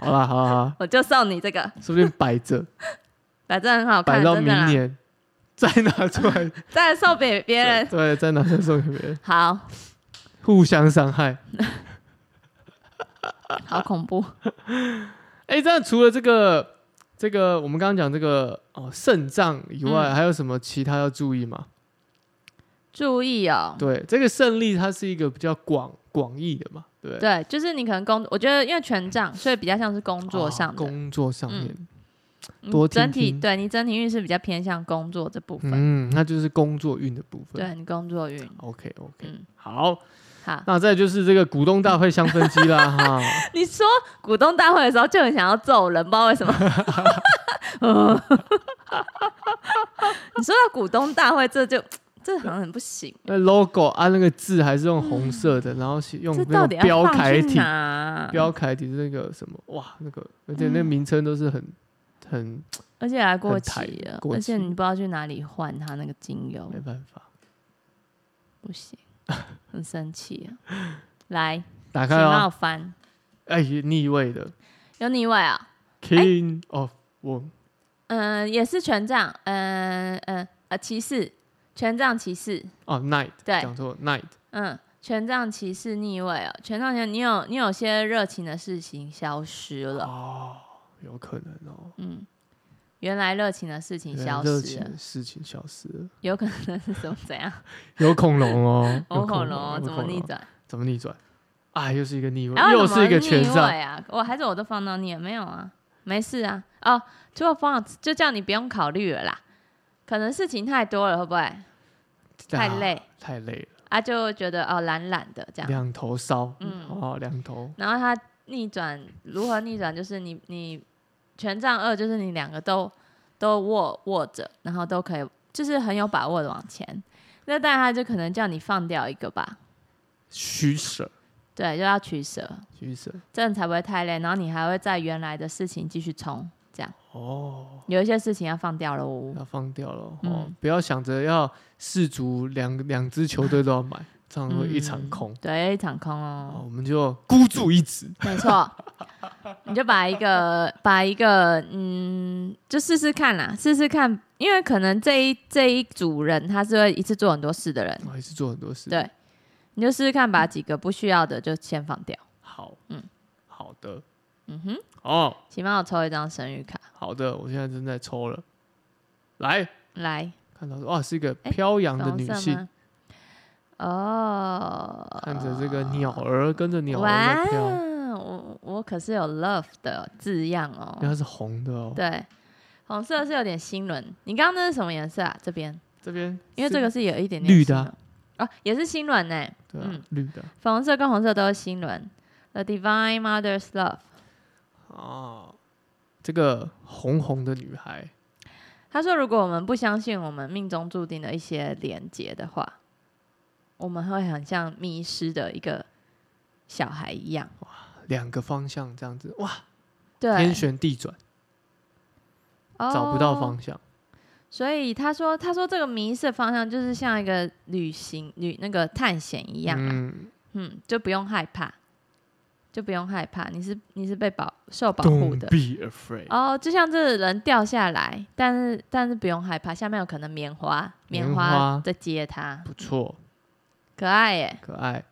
Speaker 1: 好啦好啦，好啦
Speaker 2: 我就送你这个，
Speaker 1: 说不定摆 着
Speaker 2: 反正很好
Speaker 1: 摆
Speaker 2: 看，
Speaker 1: 到
Speaker 2: 真
Speaker 1: 明
Speaker 2: 的啦，
Speaker 1: 年 再拿出 来，
Speaker 2: 再送给别人。
Speaker 1: 对，再拿出来送给别人，
Speaker 2: 好
Speaker 1: 互相伤害。
Speaker 2: 好恐怖，
Speaker 1: 哎，这样除了这个这个我们刚刚讲这个哦肾脏以外，
Speaker 2: 嗯
Speaker 1: 还有什么其他要注意吗？
Speaker 2: 注意哦。
Speaker 1: 对，这个胜利它是一个比较广广义的嘛，对不对？
Speaker 2: 对，就是你可能工，我觉得因为权杖，所以比较像是工作
Speaker 1: 哦
Speaker 2: 上的，
Speaker 1: 工作上
Speaker 2: 嗯
Speaker 1: 面，
Speaker 2: 嗯
Speaker 1: 多
Speaker 2: 整
Speaker 1: 听
Speaker 2: 体
Speaker 1: 听
Speaker 2: 对你整体运势比较偏向工作这部分，
Speaker 1: 嗯，那就是工作运的部分。
Speaker 2: 对你工作运。
Speaker 1: ，OK OK，、
Speaker 2: 嗯，
Speaker 1: 好，
Speaker 2: 好，
Speaker 1: 那再就是这个股东大会香氛机啦， 哈，
Speaker 2: 你说股东大会的时候就很想要揍人，不知道为什么。 嗯你说到股东大会，这就这好像很不行，
Speaker 1: 那 logo 啊那个字还是用红色的，然后写用
Speaker 2: 嗯这
Speaker 1: 那
Speaker 2: 到
Speaker 1: 个
Speaker 2: 底要
Speaker 1: 标
Speaker 2: 放
Speaker 1: 楷
Speaker 2: 去
Speaker 1: 体
Speaker 2: 哪，啊？
Speaker 1: 标楷体是那个什么哇，那个而且那
Speaker 2: 嗯
Speaker 1: 名称都是很很
Speaker 2: 而且还过
Speaker 1: 很抬
Speaker 2: 期了，
Speaker 1: 过
Speaker 2: 而且
Speaker 1: 期
Speaker 2: 你不知道去哪里换它那个精油
Speaker 1: 没，办法，
Speaker 2: 不行，很生气啊！来，
Speaker 1: 打
Speaker 2: 请
Speaker 1: 开
Speaker 2: 帮我
Speaker 1: 啊，
Speaker 2: 翻，
Speaker 1: 哎，逆位的
Speaker 2: 有你一位啊、
Speaker 1: King of 我
Speaker 2: 嗯，也是权杖，嗯嗯呃骑士，权杖骑士，
Speaker 1: 哦 Knight，
Speaker 2: 对
Speaker 1: 讲错 Knight，
Speaker 2: 嗯，权杖骑士逆位哦，权杖骑士你有你有些热情的事情消失了，
Speaker 1: 哦，有可能哦。
Speaker 2: 嗯，原来热情的事情
Speaker 1: 对
Speaker 2: 消
Speaker 1: 热
Speaker 2: 失
Speaker 1: 情
Speaker 2: 了，
Speaker 1: 的事情消失了，
Speaker 2: 有可能是什么 怎样？
Speaker 1: 有恐龙哦， 有
Speaker 2: 我恐龙哦
Speaker 1: 有
Speaker 2: 怎么
Speaker 1: 恐
Speaker 2: 逆
Speaker 1: 龙
Speaker 2: 转？
Speaker 1: 怎么逆转？啊，又是一个逆位，
Speaker 2: 哎为
Speaker 1: 又
Speaker 2: 什
Speaker 1: 是一个
Speaker 2: 么
Speaker 1: 权
Speaker 2: 逆
Speaker 1: 杖。
Speaker 2: 位啊！我还是我都放到你了没有啊？没事啊，哦，就放就叫你不用考虑了啦，可能事情太多了，会不会太
Speaker 1: 啊
Speaker 2: 累，
Speaker 1: 太累了，
Speaker 2: 啊？就觉得哦懒懒的这样。
Speaker 1: 两头烧，嗯
Speaker 2: 嗯，
Speaker 1: 哦，两头，
Speaker 2: 然后它逆转如何逆转？就是你你权杖二，就是你两个都都握握着，然后都可以，就是很有把握的往前。那但他就可能叫你放掉一个吧，
Speaker 1: 取舍，
Speaker 2: 对，就要取舍，
Speaker 1: 取舍，
Speaker 2: 这样才不会太累。然后你还会在原来的事情继续冲，这样
Speaker 1: 哦，
Speaker 2: 有一些事情要放掉了哦。
Speaker 1: 要放掉了，哦，
Speaker 2: 嗯
Speaker 1: 不要想着要四足两两支球队都要买，这样会一场
Speaker 2: 嗯
Speaker 1: 空。
Speaker 2: 对，一场空哦
Speaker 1: 哦，，我们就孤注一掷，
Speaker 2: 没错，你就把一个把一个嗯，就试试看啦，试试看，因为可能这一这一组人他是会一次做很多事的人，
Speaker 1: 我还是做很多事。
Speaker 2: 对你就试试看，把几个不需要的就先放掉。
Speaker 1: 好，嗯
Speaker 2: 嗯，
Speaker 1: 好的，
Speaker 2: 嗯哼，
Speaker 1: 哦，
Speaker 2: 请帮我抽一张神谕卡
Speaker 1: 好的，我现在正在抽了，来
Speaker 2: 来，
Speaker 1: 看到哇，是一个
Speaker 2: 哎
Speaker 1: 飘扬的
Speaker 2: 红
Speaker 1: 女
Speaker 2: 色
Speaker 1: 性，
Speaker 2: 吗？哦，
Speaker 1: 看着这个鸟儿跟着鸟儿
Speaker 2: 哇哦
Speaker 1: 在飘，，
Speaker 2: 我我可是有 love 的字样哦
Speaker 1: 因为，它是红的哦。
Speaker 2: 对，红色是有点心轮，你刚刚那是什么颜色啊？这边。
Speaker 1: 这边
Speaker 2: 因为
Speaker 1: 是
Speaker 2: 这个是有一点点
Speaker 1: 绿的
Speaker 2: 心
Speaker 1: 啊
Speaker 2: 轮啊，也是心轮呢、
Speaker 1: 对啊
Speaker 2: 嗯，
Speaker 1: 绿的
Speaker 2: 粉红色跟红色都是心轮。The Divine Mother's Love，
Speaker 1: 哦，这个红红的女孩
Speaker 2: 他说，如果我们不相信我们命中注定的一些连结的话，我们会很像迷失的一个小孩一样。
Speaker 1: 两个方向这样子，哇，
Speaker 2: 对，
Speaker 1: 天旋地转，找不到、
Speaker 2: 哦，
Speaker 1: 方向。
Speaker 2: 所以他说，他说这个迷失的方向就是像一个旅行、旅那个探险一样啊、
Speaker 1: 嗯，
Speaker 2: 嗯就不用害怕，就不用害怕，你是你是被保受保护
Speaker 1: Don't
Speaker 2: 的。
Speaker 1: be afraid，
Speaker 2: 哦，就像这人掉下来，但是但是不用害怕，下面有可能棉花，棉
Speaker 1: 棉
Speaker 2: 花
Speaker 1: 花
Speaker 2: 在接他，
Speaker 1: 不错，
Speaker 2: 可爱耶，
Speaker 1: 可爱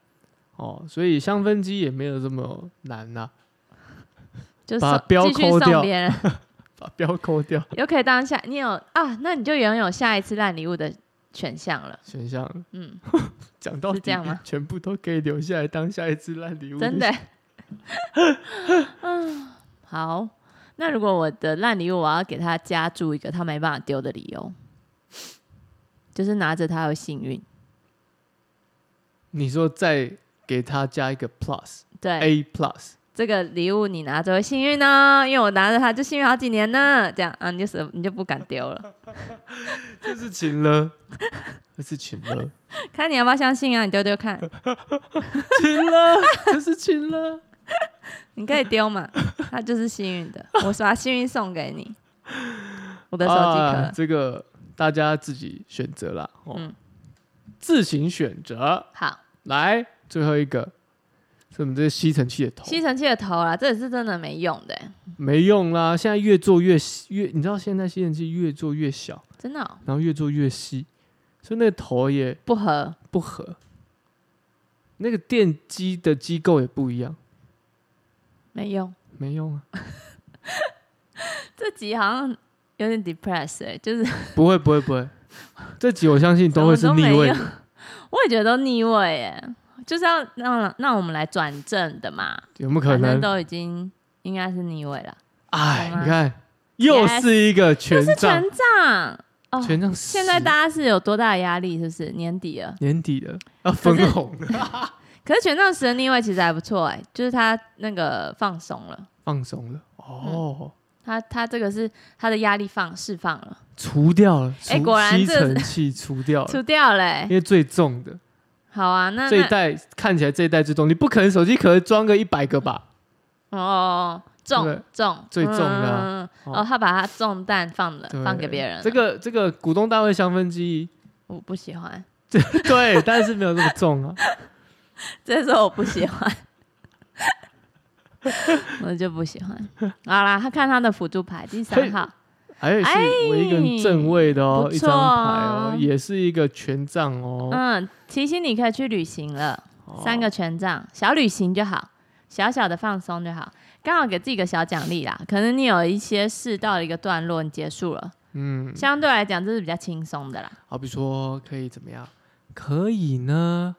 Speaker 1: 哦，所以香氛机也没有这么难啊呐、
Speaker 2: 就
Speaker 1: 把
Speaker 2: 送
Speaker 1: 标
Speaker 2: 继续
Speaker 1: 抠
Speaker 2: 送
Speaker 1: 掉
Speaker 2: 别人，
Speaker 1: 把标抠掉
Speaker 2: 又可以当下你有啊，那你就拥有下一次烂礼物的选项了。
Speaker 1: 选项，
Speaker 2: 嗯，
Speaker 1: 讲到
Speaker 2: 是这
Speaker 1: 底
Speaker 2: 样吗
Speaker 1: 全部都可以留下来当下一次烂礼物，
Speaker 2: 真的， 嗯，好。那如果我的烂礼物，我要给他加注一个他没办法丢的理由，就是拿着它会幸运。
Speaker 1: 你说再给他加一个 plus
Speaker 2: 对，
Speaker 1: a plus，
Speaker 2: 这个礼物你拿着会幸运哦呢，因为我拿着它就幸运好几年呢。这样啊，你就什你就不敢丢了。
Speaker 1: 这是请了，这是请 了，
Speaker 2: 看你要不要相信啊，你丢丢看，
Speaker 1: 请了，这是请了。
Speaker 2: 你可以丢 嘛，它就是幸运的。我把幸运送给你，我的手机壳。
Speaker 1: 啊这个大家自己选择啦，哦，
Speaker 2: 嗯
Speaker 1: 自行选择。
Speaker 2: 好，
Speaker 1: 来，最后一个是我们这个吸尘器的头，
Speaker 2: 吸尘器的头啦，这也是真的没用的欸、
Speaker 1: 没用啦，现在越做越细越，你知道现在吸尘器越做越小，
Speaker 2: 真的哦、
Speaker 1: 然后越做越细，所以那个头也
Speaker 2: 不合。
Speaker 1: 不合，那个电机的机构也不一样，
Speaker 2: 没用。
Speaker 1: 没用啊，
Speaker 2: 这集好像有点 depressed，、欸、就是
Speaker 1: 不会不会不会，这集我相信
Speaker 2: 什
Speaker 1: 都
Speaker 2: 么
Speaker 1: 会是
Speaker 2: 都
Speaker 1: 逆
Speaker 2: 没
Speaker 1: 位
Speaker 2: 用
Speaker 1: 的。
Speaker 2: 我也觉得都逆位耶、就是要让让我们来转正的嘛，
Speaker 1: 有没有可
Speaker 2: 反正
Speaker 1: 能？
Speaker 2: 都已经应该是逆位了。
Speaker 1: 哎
Speaker 2: 懂，吗
Speaker 1: 你看，又是一个权
Speaker 2: 是
Speaker 1: 杖
Speaker 2: 权，杖哦。
Speaker 1: 权杖。
Speaker 2: 现在大家是有多大的压力？是不是年底了？
Speaker 1: 年底了，要
Speaker 2: 可
Speaker 1: 分
Speaker 2: 是
Speaker 1: 红了，
Speaker 2: 可是权杖十的逆位其实还不错哎、就是他那个放松了，
Speaker 1: 放松了哦，
Speaker 2: 他他这个是他的压力放释放了，
Speaker 1: 除掉了，
Speaker 2: 哎
Speaker 1: 除
Speaker 2: 果然
Speaker 1: 吸
Speaker 2: 这
Speaker 1: 尘器除掉了，
Speaker 2: 除掉了欸、
Speaker 1: 因为最重的
Speaker 2: 好啊，那
Speaker 1: 这一
Speaker 2: 那
Speaker 1: 代看起来这一代最重，你不可能手机壳装个一百个吧？
Speaker 2: 哦
Speaker 1: 对
Speaker 2: 重重
Speaker 1: 最重的啊
Speaker 2: 嗯
Speaker 1: 哦
Speaker 2: 哦，他把他重担放了
Speaker 1: 对，
Speaker 2: 放给别人了，啊
Speaker 1: 这个这个股东大会香氛机，
Speaker 2: 我不喜欢，
Speaker 1: 对，但是没有那么重 啊，
Speaker 2: 这是我不喜欢， 我就不喜欢。好啦，他看他的辅助牌第三号，
Speaker 1: 还有是围一个正位的哦，
Speaker 2: 不
Speaker 1: 一
Speaker 2: 错
Speaker 1: 张牌
Speaker 2: 哦
Speaker 1: 哦，也是一个权杖哦，
Speaker 2: 嗯，提醒你可以去旅行了，
Speaker 1: 哦
Speaker 2: 三个权杖，小旅行就好，小小的放松就好，刚好给自己个小奖励啦。可能你有一些事到了一个段落，你结束了，
Speaker 1: 嗯，
Speaker 2: 相对来讲这是比较轻松的啦。
Speaker 1: 好比说可以怎么样？可以呢，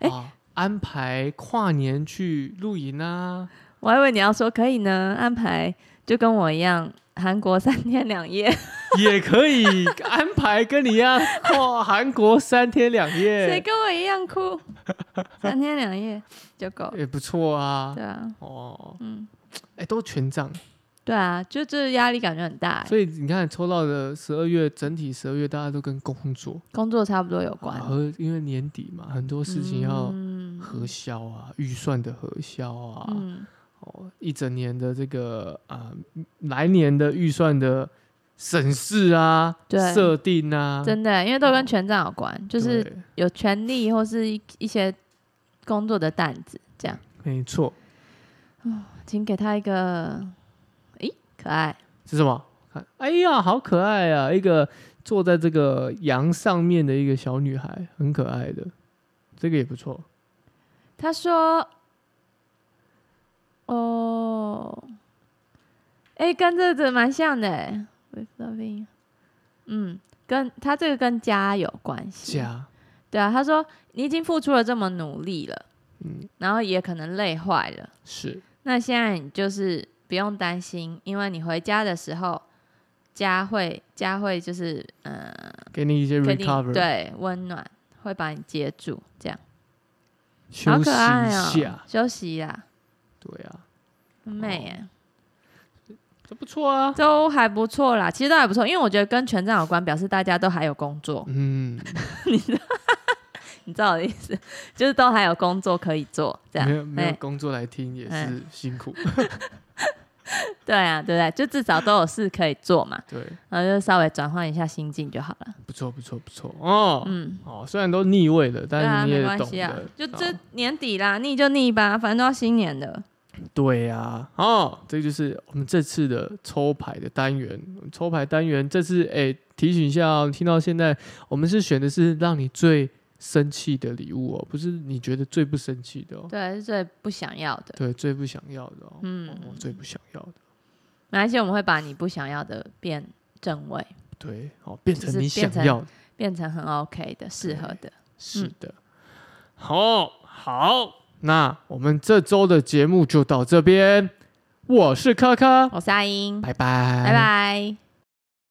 Speaker 2: 哎
Speaker 1: 啊，安排跨年去露营啊，
Speaker 2: 我还以为你要说可以呢，安排就跟我一样，韩国三天两夜。
Speaker 1: 也可以安排跟你一 样跨韩国三天两
Speaker 2: 谁
Speaker 1: 夜，
Speaker 2: 跟我一 样哭？三天两夜就够了。
Speaker 1: 也不错啊
Speaker 2: 对。啊，
Speaker 1: 哦，
Speaker 2: 嗯，
Speaker 1: 哎，都权杖，
Speaker 2: 对啊，就这压力感觉很大欸、
Speaker 1: 所以你看抽到的十二月整体十二月大家都跟工作
Speaker 2: 工作差不多有关，
Speaker 1: 啊和因为年底嘛，很多事情要
Speaker 2: 嗯
Speaker 1: 核销啊，预算的核销啊，
Speaker 2: 嗯，
Speaker 1: 哦，一整年的这个啊、来年的预算的审视啊、
Speaker 2: 对
Speaker 1: 设定啊，
Speaker 2: 真的欸，因为都跟权杖有关，就是
Speaker 1: 对
Speaker 2: 有权利或是一一些工作的担子，这样，
Speaker 1: 没错，
Speaker 2: 请给他一个，咦，可爱，
Speaker 1: 是什么？看，哎呀，好可爱啊！一个坐在这个羊上面的一个小女孩，很可爱的，这个也不错。
Speaker 2: 他说，哦，哎、跟这个蛮像的欸，with loving，嗯，跟他这个跟家有关系，
Speaker 1: 家，
Speaker 2: 对啊，他说你已经付出了这么努力了，
Speaker 1: 嗯，
Speaker 2: 然后也可能累坏了，
Speaker 1: 是
Speaker 2: 那现在你就是不用担心，因为你回家的时候，家会家会就是嗯、呃
Speaker 1: 给你一些
Speaker 2: 给你
Speaker 1: recover，，
Speaker 2: 对温暖，会把你接住，这样
Speaker 1: 休
Speaker 2: 好
Speaker 1: 息
Speaker 2: 可爱
Speaker 1: 一
Speaker 2: 哦、
Speaker 1: 下，
Speaker 2: 休息啦，
Speaker 1: 对啊，
Speaker 2: 很美
Speaker 1: 哦
Speaker 2: 耶，
Speaker 1: 这不错啊，
Speaker 2: 都还不错啦，其实都还不错，因为我觉得跟权杖有关，表示大家都还有工作，
Speaker 1: 嗯，
Speaker 2: 你知道我的意思，就是都还有
Speaker 1: 嗯
Speaker 2: 工作可以做，这样
Speaker 1: 没有没有
Speaker 2: 哎
Speaker 1: 工作来听也
Speaker 2: 哎
Speaker 1: 是辛苦，
Speaker 2: 对啊，对不对？就至少都有事可以做嘛，
Speaker 1: 对，
Speaker 2: 然后就稍微转换一下心境就好了。
Speaker 1: 不错不错不错哦。
Speaker 2: 嗯，
Speaker 1: 哦，虽然都逆位了，
Speaker 2: 对啊，
Speaker 1: 但是你
Speaker 2: 没
Speaker 1: 也
Speaker 2: 关
Speaker 1: 懂
Speaker 2: 系
Speaker 1: 得，
Speaker 2: 啊，就
Speaker 1: 哦
Speaker 2: 这年底啦，逆就逆吧，反正都要新年的。
Speaker 1: 对呀、哦，这就是我们这次的抽牌的单元。抽牌单元这次，哎，提醒一下哦，听到现在我们是选的是让你最生气的礼物哦，不是你觉得最不生气的哦，
Speaker 2: 对，是最不想要的。
Speaker 1: 对，最不想要的哦，
Speaker 2: 嗯，
Speaker 1: 哦最不想要的，
Speaker 2: 没关系，我们会把你不想要的变正位，
Speaker 1: 对，哦，变
Speaker 2: 就是
Speaker 1: 成你
Speaker 2: 变
Speaker 1: 想
Speaker 2: 成嗯
Speaker 1: 要的，
Speaker 2: 变成很 OK 的、适合的。
Speaker 1: 是的。好、好，那我们这周的节目就到这边，我是柯柯，
Speaker 2: 我是阿英，
Speaker 1: 拜拜，
Speaker 2: 拜拜